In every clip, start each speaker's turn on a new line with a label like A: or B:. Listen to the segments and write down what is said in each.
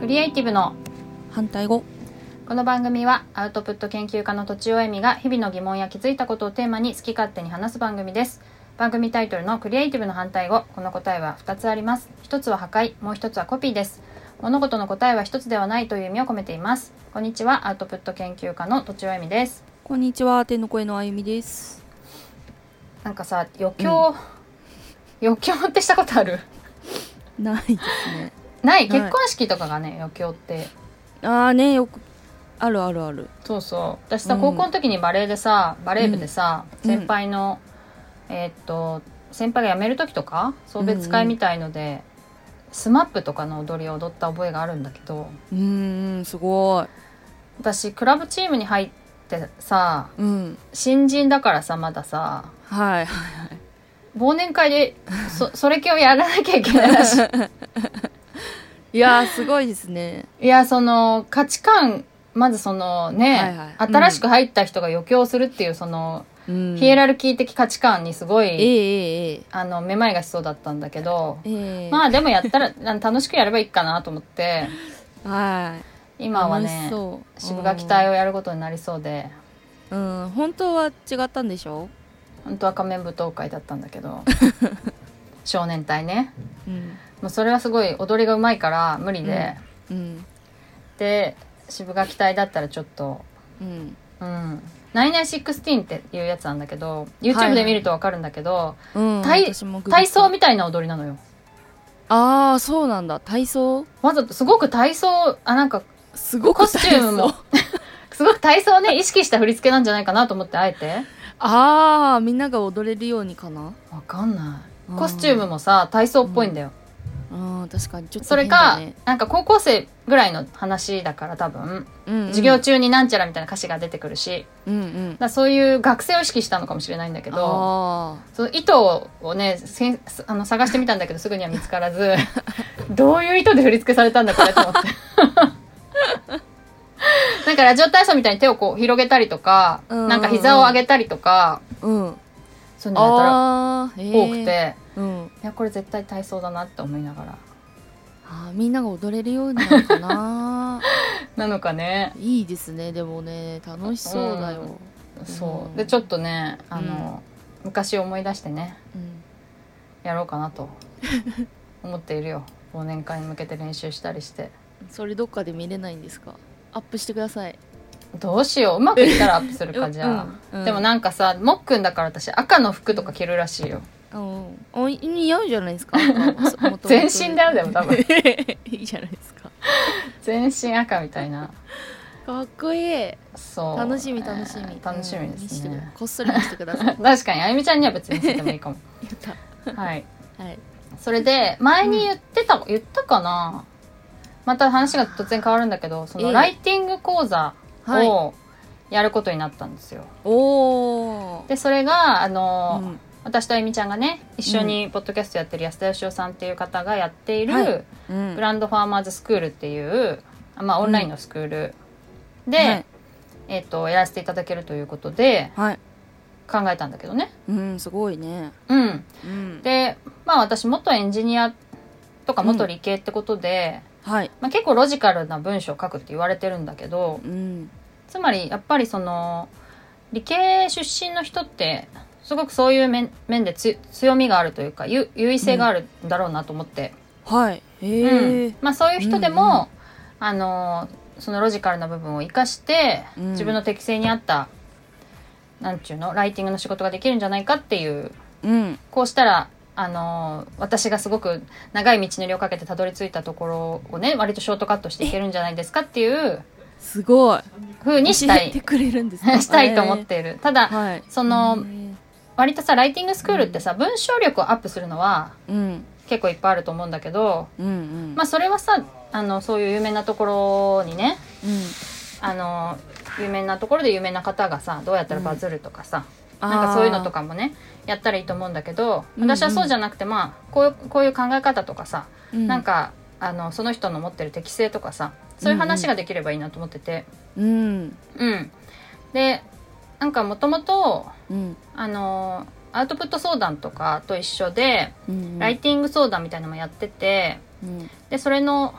A: ティブの
B: 反対語
A: この番組はアウトプット研究家のとちおえみが日々の疑問や気づいたことをテーマに好き勝手に話す番組です番組タイトルのクリエイティブの反対語この答えは2つあります一つは破壊もう一つはコピーです物事の答えは一つではないという意味を込めていますこんにちはアウトプット研究家のとちおえみです
B: こんにちは天の声のあゆみです
A: なんかさ余興、余興ってしたことある
B: ないですね
A: ない
B: ない
A: 結婚式とかがね余興って
B: ああねよくあるあるある
A: そうそう私さ、
B: うん
A: 高校の時にバレエでさバレエ部でさ、
B: うん
A: 先輩の、えーっと先輩が辞める時とか送別会みたいので、スマップとかの踊りを踊った覚えがあるんだけど
B: うーんすご
A: 私クラブチームに入ってさ
B: いうん
A: 新人だからさまださ
B: はい
A: 忘年会 でそそれ系をやらなきゃいけないらしい
B: いやーすごいですね
A: いやその価値観まずそのね、
B: はいはいうん
A: 新しく入った人が余興するっていうその、
B: うん
A: ヒエラルキー的価値観にすご
B: え
A: い、
B: えええ
A: あのめまいがしそうだったんだけど、
B: ええ
A: まあでもやったら あの楽しくやればいいかなと思って
B: はい
A: 今は
B: 楽し
A: ね
B: そう
A: 渋垣隊をやることになりそうで
B: うんうん本当は違ったんでしょ
A: 本当赤面舞踏会だったんだけ ど少年隊ね
B: うん
A: もうそれはすごい踊りがうまいから無理で、
B: うん
A: で渋垣隊だったらちょっと
B: うん
A: うん「ナイナイシックスティーン」っていうやつなんだけど
B: はい
A: YouTube で見るとわかるんだけど、
B: うん
A: 体
B: 私もググった
A: 体操みたいな踊りなのよ
B: ああそうなんだ体操
A: わざとすごく体操あなんか
B: すご
A: コ
B: く
A: スチュームも
B: 体操
A: すごく体操をね意識した振り付けなんじゃないかなと思ってあえて
B: ああみんなが踊れるようにかな
A: わかんない
B: うん
A: コスチュームもさ体操っぽいんだよ、
B: うん確かにちょっと
A: それか、
B: 変だね
A: なんか高校生ぐらいの話だから多分、
B: うんうん
A: 授業中になんちゃらみたいな歌詞が出てくるし
B: うんうん
A: だからそういう学生を意識したのかもしれないんだけど
B: あ
A: その意図をねせんあの探してみたんだけどすぐには見つからず どういう意図で振り付けされたんだこれと思って なんかラジオ体操みたいに手をこう広げたりとか、
B: うんうんうん
A: なんか膝を上げたりとか
B: ーうん
A: そういうのやったら
B: あー
A: 多くて、
B: へーうん
A: いやこれ絶対体操だなって思いながら
B: あーみんなが踊れるようになるかな
A: なのかね
B: いいですねでもね楽しそうだよ、
A: そう、
B: うん
A: でちょっとねあの、昔を思い出してね
B: うん
A: やろうかなと思っているよ忘年会に向けて練習したりして
B: それどっかで見れないんですかアップしてください
A: どうしよううまくいったらアップするかじゃあ、
B: うんうん
A: でもなんかさもっくんだから私赤の服とか着るらしいよ
B: うんおい似合うじゃな いですか元々
A: 全身だよでも多分
B: いいじゃないですか
A: 全身赤みたいな
B: かっこいい
A: そう
B: 楽しみ楽しみ、
A: 楽しみで
B: うん見し
A: す
B: てく
A: ね、
B: こっそり見せてください
A: 確かにあゆみちゃんには別についてもいいかも
B: 言った
A: はい
B: はい
A: それで前に言ってた、言ったかなまた話が突然変わるんだけどそ
B: え
A: の
B: え
A: ライティング講座
B: はい
A: をやることになったんですよ、
B: おー
A: でそれがあの、
B: うん
A: 私とあゆみちゃんがね一緒にポッドキャストやってる安田義雄さんっていう方がやっている、
B: はいうん
A: ブランドファーマーズスクールっていう、まあ、オンラインのスクールで、
B: はい
A: えっとやらせていただけるということで
B: はい
A: 考えたんだけどね
B: うんすごいね
A: うん
B: うん
A: でまあ私元エンジニアとか元理系ってことで、
B: はい
A: まあ、結構ロジカルな文章を書くって言われてるんだけど
B: うん
A: つまりやっぱりその理系出身の人ってすごくそういう面面でつ強みがあるというか優優位性があるんだろうなと思って、
B: はい
A: うん
B: へえ
A: まあ、そういう人でも、
B: うんうん
A: あのそのロジカルな部分を生かして、
B: うん
A: 自分の適性に合ったなんちゅうのライティングの仕事ができるんじゃないかっていう
B: うん
A: こうしたらあの私がすごく長い道のりをかけてたどり着いたところをね割とショートカットしていけるんじゃないですかっていう
B: すごい
A: 風にしたい
B: 教えてくれるんですか
A: したいと思っている。た
B: えー
A: だ、
B: はい
A: その
B: うん
A: 割とさ、ライティングスクールってさ、文章力をアップするのは
B: うん
A: 結構いっぱいあると思うんだけど、
B: うん
A: まあそれはさ、あの、そういう有名なところにね、
B: うん
A: あの、有名なところで有名な方がさ、どうやったらバズるとかさ、
B: あー
A: なんかそういうのとかもね、やったらいいと思うんだけど、
B: うんうん
A: 私はそうじゃなくて、まあ、こういう、こういう考え方とかさ、
B: う
A: なんか、あの、その人の持ってる適性とかさ、そういう話ができればいいなと思ってて、
B: うん
A: うん。で、なんかもともと、
B: うん
A: あのアウトプット相談とかと一緒で、
B: うん
A: ライティング相談みたいなのもやってて
B: うん
A: でそれの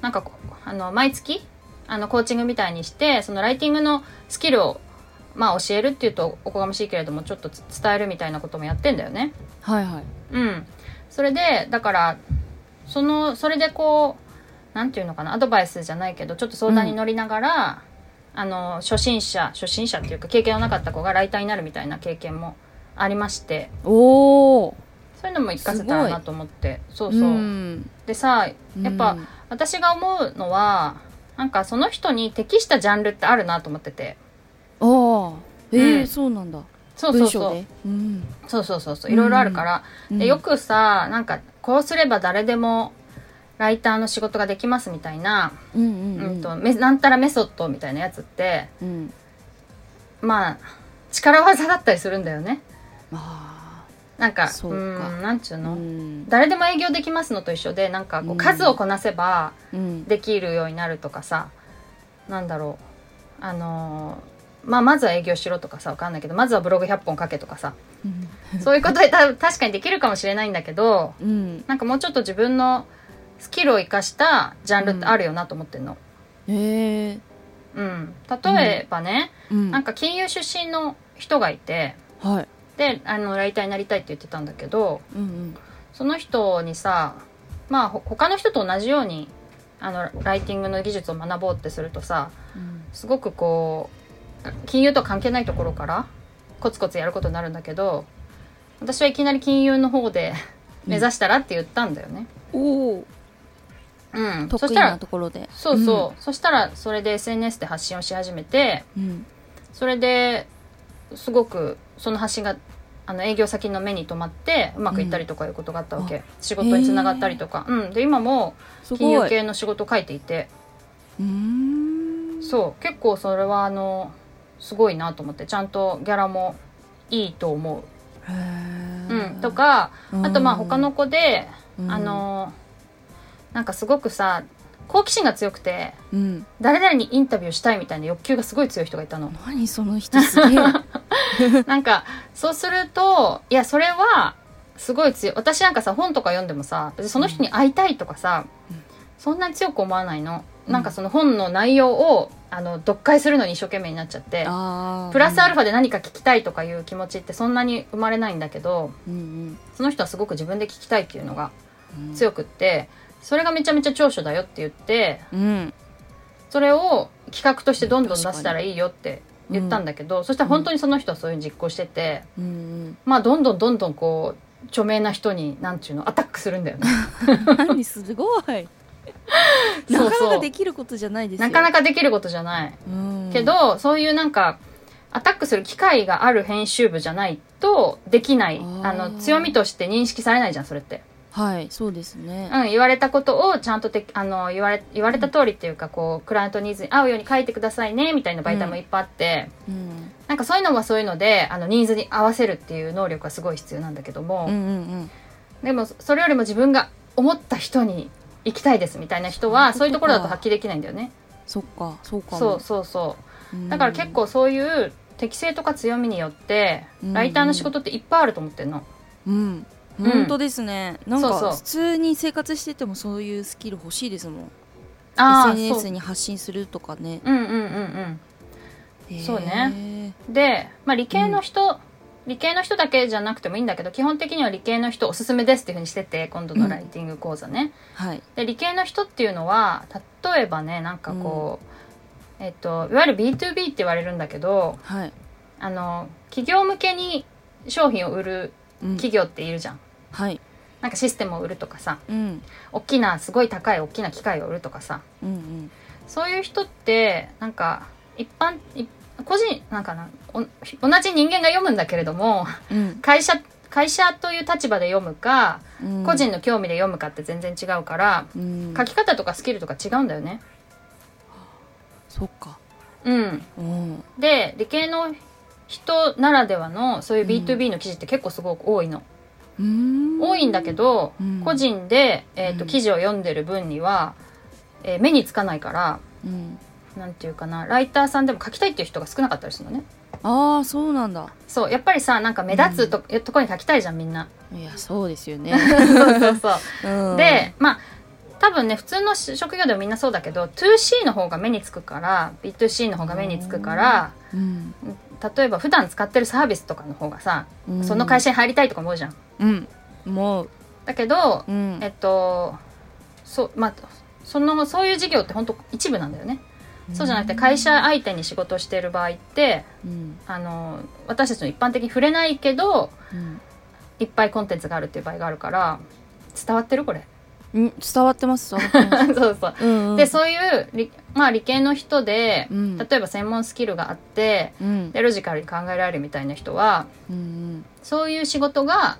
A: なんかこうあの毎月あのコーチングみたいにしてそのライティングのスキルを、まあ、教えるっていうとおこがましいけれどもちょっとつ伝えるみたいなこともやってんだよね。
B: はいはい
A: うん、それでだからそのそれでこうなんていうのかなアドバイスじゃないけどちょっと相談に乗りながら、あの初心者初心者っていうか経験のなかった子がライターになるみたいな経験もありまして
B: おお
A: そういうのも活かせたらなと思ってそうそう、
B: ん、
A: でさやっぱ
B: うん
A: 私が思うのはなんかその人に適したジャンルってあるなと思ってて
B: ああえー
A: うん
B: そうなんだ
A: そうそう
B: 文章
A: そ
B: で
A: う
B: うん
A: そうそうそうそういろいろあるから、
B: うん
A: でよくさなんかこうすれば誰でもライターの仕事ができますみたいな、
B: うん
A: う
B: うんんうん
A: とめなんたらメソッドみたいなやつって
B: うん
A: まあ力技だったりするんだよね
B: あ
A: なんか
B: そう
A: う
B: か
A: んなんちゅう
B: あ
A: の、
B: うん
A: 誰でも営業できますのと一緒でなんかこ
B: う
A: うん数をこなせば
B: うん
A: できるようになるとかさなんだろうあのーまあまずは営業しろとかさわかんないけどまずはブログ100本書けとか さ
B: うん
A: そういうことでた確かにできるかもしれないんだけど
B: うん
A: なんかもうちょっと自分のスキルを生かしたジャンルってあるよなと思ってんの。
B: へえ
A: うん、例えばね、
B: うん
A: なんか金融出身の人がいて
B: はい
A: であのライターになりたいって言ってたんだけど
B: うん
A: その人にさまあほ他の人と同じようにあのライティングの技術を学ぼうってするとさ
B: うん
A: すごくこう金融とは関係ないところからコツコツやることになるんだけど私はいきなり金融の方で目指したらって言ったんだよね。
B: おお
A: うん、そ
B: 得
A: し
B: 意
A: た
B: な
A: ら
B: ところで
A: そうそう、そしたらそれで SNS で発信をし始めて
B: うん
A: それですごくその発信があの営業先の目に留まってうまくいったりとかいうことがあったわけ、
B: う
A: 仕事につながったりとか、うん、で今も
B: す
A: 金
B: ご
A: 融
B: い
A: 系の仕事を書いていて
B: うーん
A: そう結構それはあのすごいなと思ってちゃんとギャラもいいと思
B: へ
A: う、
B: ー
A: うん、とか
B: うん
A: あとまあ他の子で、
B: うん
A: あのなんかすごくさ好奇心が強くて
B: うん
A: 誰々にインタビューしたいみたいな欲求がすごい強い人がいたの。
B: 何その人す げえ
A: なんかそうするといやそれはすごい強い私なんかさ本とか読んでもさ別にその人に会いたいとかさ、
B: うん
A: そんなに強く思わないの、
B: うん
A: なんかその本の内容をあの読解するのに一生懸命になっちゃって
B: あー
A: プラスアルファで何か聞きたいとかいう気持ちってそんなに生まれないんだけど
B: うん
A: その人はすごく自分で聞きたいっていうのが
B: うん
A: 強くって、それがめちゃめちゃ長所だよって言って
B: うん
A: それを企画としてどんどん出したらいいよって言ったんだけど、そしたら本当にその人はそういうの実行してて。
B: うんうん
A: まあどんどんどんどんこう著名な人になんちゅうのアタックするんだよね
B: 何すごい な
A: そう
B: かな
A: そ
B: か
A: う
B: できることじゃ ないですよ
A: なかなかできることじゃない、
B: うん
A: けどそういうなんかアタックする機会がある編集部じゃないとできない
B: あー
A: あの強みとして認識されないじゃんそれって、
B: はいそうですね
A: うん、言われたことをちゃんとてあの言われ言われた通りっていうかこうクライアントニーズに合うように書いてくださいねみたいな媒体もいっぱいあって、
B: うん
A: なんかそういうのはそういうのであのニーズに合わせるっていう能力がすごい必要なんだけども、
B: うんうん
A: でもそれよりも自分が思った人に行きたいですみたいな人は
B: そ
A: そうう
B: い
A: いうう
B: こと
A: と
B: か
A: ころだと発揮できないんだよね
B: そっかそうかも
A: そうそうそ
B: うん
A: うだから結構そういう適性とか強みによって
B: うん
A: ライターの仕事っていっぱいあると思ってんの
B: うん
A: うん
B: 本当ですねなん
A: そうそ
B: か
A: う
B: 普通に生活しててもそういうスキル欲しいですもん
A: ああそう
B: SNS に発信するとかね
A: うんうんうんうんそうねで、まあ、理系の人、理系の人だけじゃなくてもいいんだけど基本的には理系の人おすすめですっていうふうにしてて今度のライティング講座ね、
B: へーはい
A: で理系の人っていうのは例えばねなんかこう、えっと、いわゆる B2B って言われるんだけど
B: はい
A: あの企業向けに商品を売る
B: うん
A: 企業っているじゃん、
B: はい
A: なんかシステムを売るとかさ
B: うん
A: 大きなすごい高い大きな機械を売るとかさ
B: うんうん
A: そういう人ってなんか一般い個人なんかなお同じ人間が読むんだけれども
B: うん
A: 会社会社という立場で読むか、
B: うん
A: 個人の興味で読むかって全然違うから
B: うん
A: 書き方とかスキルとか違うんだよね。
B: そっか
A: うん、
B: うん
A: で理系の人ならではのそういう
B: うん
A: B2B の記事って結構すごく多いの。
B: うーん
A: 多いんだけど、
B: うん
A: 個人で、えーと
B: うん
A: 記事を読んでる分には、えー目につかないから
B: うん
A: なんていうかなライターさんでも書きたいっていう人が少なかったりするのね
B: ああそうなんだ
A: そうやっぱりさなんか目立つと,、ところに書きたいじゃんみんな
B: いやそうですよね、
A: そうそうそう
B: うん
A: でまあ多分ね普通の職業でもみんなそうだけど 2C の方が目につくから B2C の方が目につくから
B: うん
A: 例えば普段使ってるサービスとかの方がさ
B: うん
A: その会社に入りたいとか思うじゃん。
B: うんもう
A: だけど
B: う、ん
A: えっとそうまあそのそういう事業って本当一部なんだよね。そうじゃなくて会社相手に仕事をしている場合って
B: うん
A: あの私たちの一般的に触れないけど
B: うん
A: いっぱいコンテンツがあるっていう場合があるから伝わってるこ れ
B: うん伝わってます伝わっ てま
A: そうそう
B: すうんうん
A: でそういう理,、まあ、理系の人で、
B: うん
A: 例えば専門スキルがあって
B: うん
A: でロジカルに考えられるみたいな人は
B: うん
A: そういう仕事が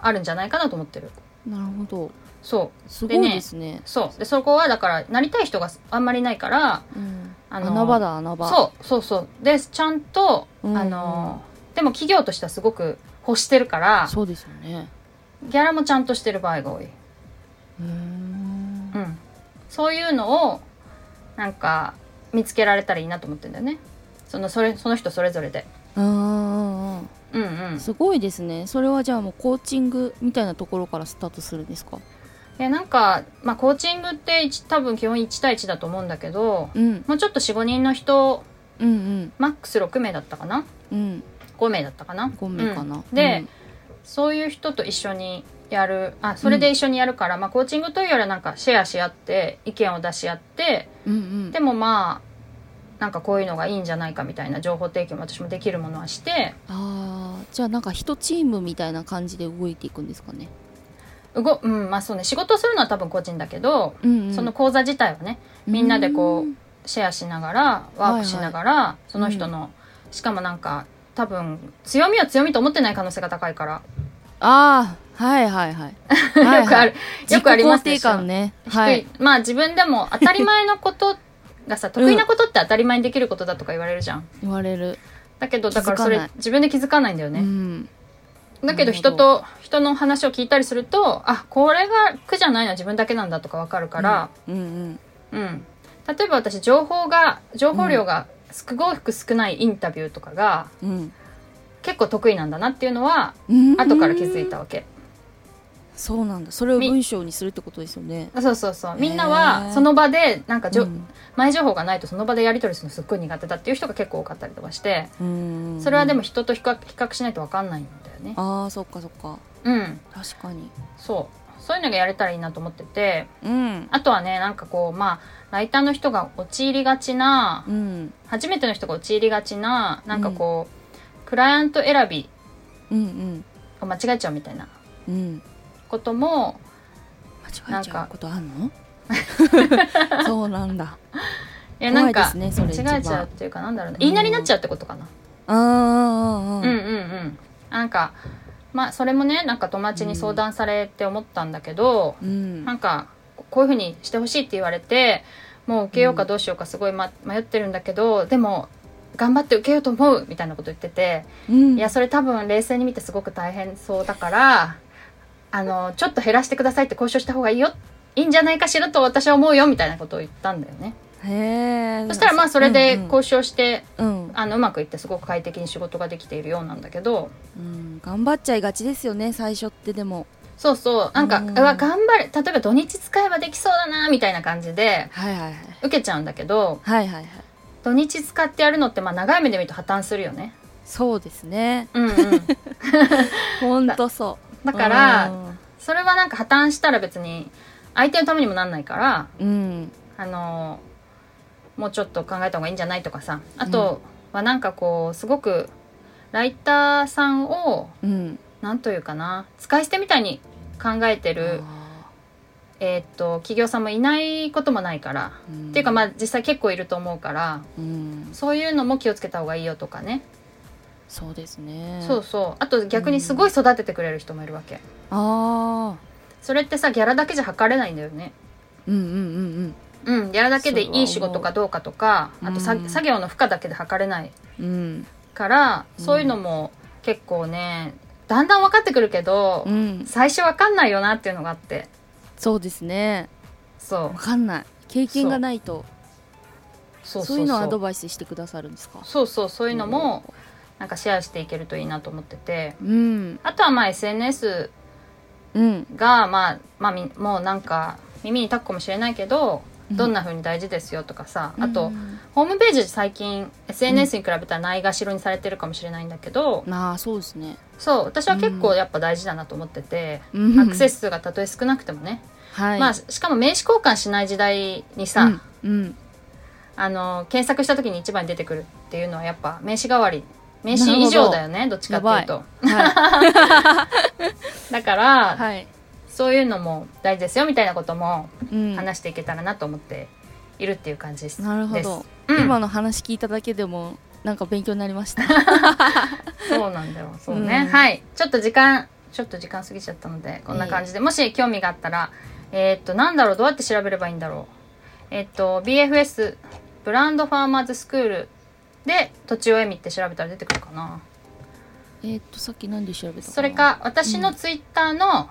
A: あるんじゃないかなと思ってる
B: うんなるほど
A: そ
B: すごいですね
A: うそうでそこはだからなりたい人があんまりいないから
B: うん
A: あの
B: 穴場だ穴場
A: そうそうそうでちゃんと、
B: うん
A: あのでも企業としてはすごく欲してるから
B: そうですよね
A: ギャラもちゃんとしてる場合が多い、
B: うーん
A: うん、そういうのをなんか見つけられたらいいなと思ってんだよねそのそれその人それぞれで
B: うんうんうん
A: うんうん
B: すごいですねそれはじゃあもうコーチングみたいなところからスタートするんですか
A: いやなんか、まあ、コーチングって一多分基本1対1だと思うんだけど
B: うん
A: もうちょっと45人の人
B: うん
A: マックス6名だったかな
B: うんうん
A: 5名だったかな
B: 5名かな、
A: うんで、そういう人と一緒にやるあそれで一緒にやるから、まあ、コーチングというよりはなんかシェアし合って意見を出し合って
B: うん、うんうん
A: でもまあなんかこういうのがいいんじゃないかみたいな情報提供も私もできるものはして
B: ああじゃあなんか一チームみたいな感じで動いていくんですかね
A: うご、うんまあそうね、仕事するのは多分個人だけど、
B: うん、うん、
A: その講座自体はねみんなでこう
B: うん
A: シェアしながらワークしながら、その人の、しかもなんか多分強みは強みと思ってない可能性が高いから、
B: ああはいはい はいはい
A: よくあ
B: はい
A: るよくあります
B: 自
A: で
B: 己肯定
A: しょ
B: 感ね
A: 低い
B: はい
A: まあ自分でも当たり前のことが さ得意なことって当たり前にできることだとか言われるじゃん
B: 言われる、
A: だけどだからそ
B: 気づかな
A: れ
B: い
A: 自分で気づかないんだよ
B: う
A: ね、
B: ん
A: だけど
B: なるほ
A: 人
B: ど
A: と人の話を聞いたりするとあこれが苦じゃないのは自分だけなんだとかわかるから、
B: うん
A: う
B: うん
A: ん、例えば私情報が情報量がすごく少ないインタビューとかが
B: うん
A: 結構得意なんだなっていうのは
B: うん
A: 後から気づいたわけ、
B: そうなんだそれを
A: み
B: 文章にするってことですよね
A: そうそうそうみんな
B: へ
A: は
B: ー
A: その場でなんかじょ、
B: うん
A: 前情報がないとその場でやり取りするのすっごい苦手だっていう人が結構多かったりとかして
B: うんうん
A: それはでも人と比較比較しないと分かんないんだよね
B: ああそっかそっか
A: うん
B: 確かに
A: そうそういうのがやれたらいいなと思ってて
B: うん
A: あとはねなんかこうまあライターの人が陥りがちな
B: うん
A: 初めての人が陥りがちななんかこう、クライアント選び
B: うん
A: を間違えちゃうみたいな
B: うんうん
A: ことも
B: 間違えちゃうことあんの そうなんだ
A: いやなんか、
B: 怖いですねそれ
A: 間違えちゃうっていうかなんだろうね
B: ん
A: 言いなりになっちゃうってことかな、
B: あー
A: う
B: あ
A: ん、うん
B: ーあーあー
A: うんなんかまあそれもねなんか友達に相談されて思ったんだけど、
B: うん
A: なんかこういうふうにしてほしいって言われてもう受けようかどうしようかすごい、ま、迷ってるんだけどでも頑張って受けようと思うみたいなこと言ってて、
B: うん
A: いやそれ多分冷静に見てすごく大変そうだからあのちょっと減らしてくださいって交渉した方がいいよいいんじゃないかしらと私は思うよみたいなことを言ったんだよね。
B: へえ
A: そしたらまあそれで
B: う
A: 交渉して、
B: んうん
A: あのうまくいってすごく快適に仕事ができているようなんだけど
B: うん頑張っちゃいがちですよね最初ってでも
A: そうそうなんか、
B: う
A: うんわ頑張れ例えば土日使えばできそうだなみたいな感じで
B: はいはいはい
A: 受けちゃうんだけど
B: はいはいはい
A: 土日使ってやるのってまあ長い目で見ると破綻するよね。
B: そうですね
A: うんうん、
B: ほんとそ
A: だ
B: う
A: からそれはなんか破綻したら別に相手のためにもなんないから
B: うん
A: あのもうちょっと考えた方がいいんじゃないとかさあとはなんかこうすごくライターさんを
B: うん
A: なんというかな使い捨てみたいに考えてる、
B: あ
A: えーっと企業さんもいないこともないから、
B: ーん
A: っていうかまあ実際結構いると思うから
B: うん
A: そういうのも気をつけた方がいいよとかね、
B: そうですね
A: そうそうあと逆にすごい育ててくれる人もいるわけ、
B: ああ
A: それってさギャラだけじゃ測れないんだよね
B: うんうんうんうん
A: うんギャラだけで
B: そうだ思
A: いうい仕事かどうかとかあとさ
B: うん
A: 作業の負荷だけで測れない
B: うん
A: から
B: うん
A: そういうのも結構ねだんだん分かってくるけど、
B: うん
A: 最初分かんないよなっていうのがあって
B: そうですね
A: そう
B: わかんない経験がないと
A: そう
B: そういうのをアドバイスしてくださるんですか
A: そうそうそういうのもなんかシェアしていけるといいなと思ってて
B: うん
A: あとはまあ SNS
B: うん
A: が、まあ、まあみもうなんか耳にたくかもしれないけどどんな風に大事ですよとかさ、あと、
B: うん
A: ホームページ最近 SNS に比べたらないがしろにされてるかもしれないんだけど、
B: まあそうですね
A: そう私は結構やっぱ大事だなと思ってて、
B: ア
A: アクセス数がたとえ少なくてもね、
B: はい
A: まあしかも名刺交換しない時代にさ、
B: うんうん
A: あの検索した時に一番に出てくるっていうのはやっぱ名刺代わり名
B: な
A: 刺
B: るほど
A: 以上だよねどっちかっていうと
B: は
A: だから、
B: いはい
A: そういうのも大事ですよみたいなことも
B: うん
A: 話していけたらなと思っているっていう感じです、
B: なるほ
A: で
B: ど
A: す、うん
B: 今の話聞いただけでもなんか勉強になりました
A: そうなんだよ。そうね。
B: うん
A: はい。ちょっと時間、ちょっと時間過ぎちゃったので、こんな感じで。もし興味があったら、えーっと、なんだろう、どうやって調べればいいんだろう。えーっと、BFS、ブランドファーマーズスクールで、土地をえみって調べたら出てくるかな。
B: えっとさっき何で調べたかな
A: それか、私のツイッターの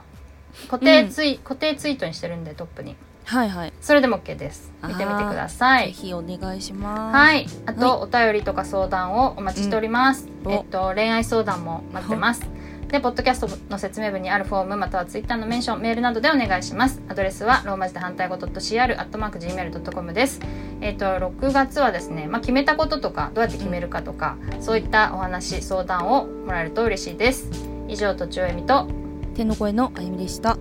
A: 固定ツイ、固定ツイートにしてるんで、トップに。
B: はいはい
A: それでも OK です。見てみてくださ
B: ぜ
A: い。
B: ひお願いします
A: はい。あと、お便りとか相談をお待ちしております。
B: うんお
A: えっと、恋愛相談も待ってます。で、ポッドキャストの説明文にあるフォーム、またはツイッターのメンション、メールなどでお願いします。アドレスは、ローマ字で反対語 .cr、アットマーク gmail.com です。えっと、6月はですね、まあ、決めたこととか、どうやって決めるかとか、そういったお話、相談をもらえると嬉しいです。以上、とちおえみと、
B: 天の声のあゆみでした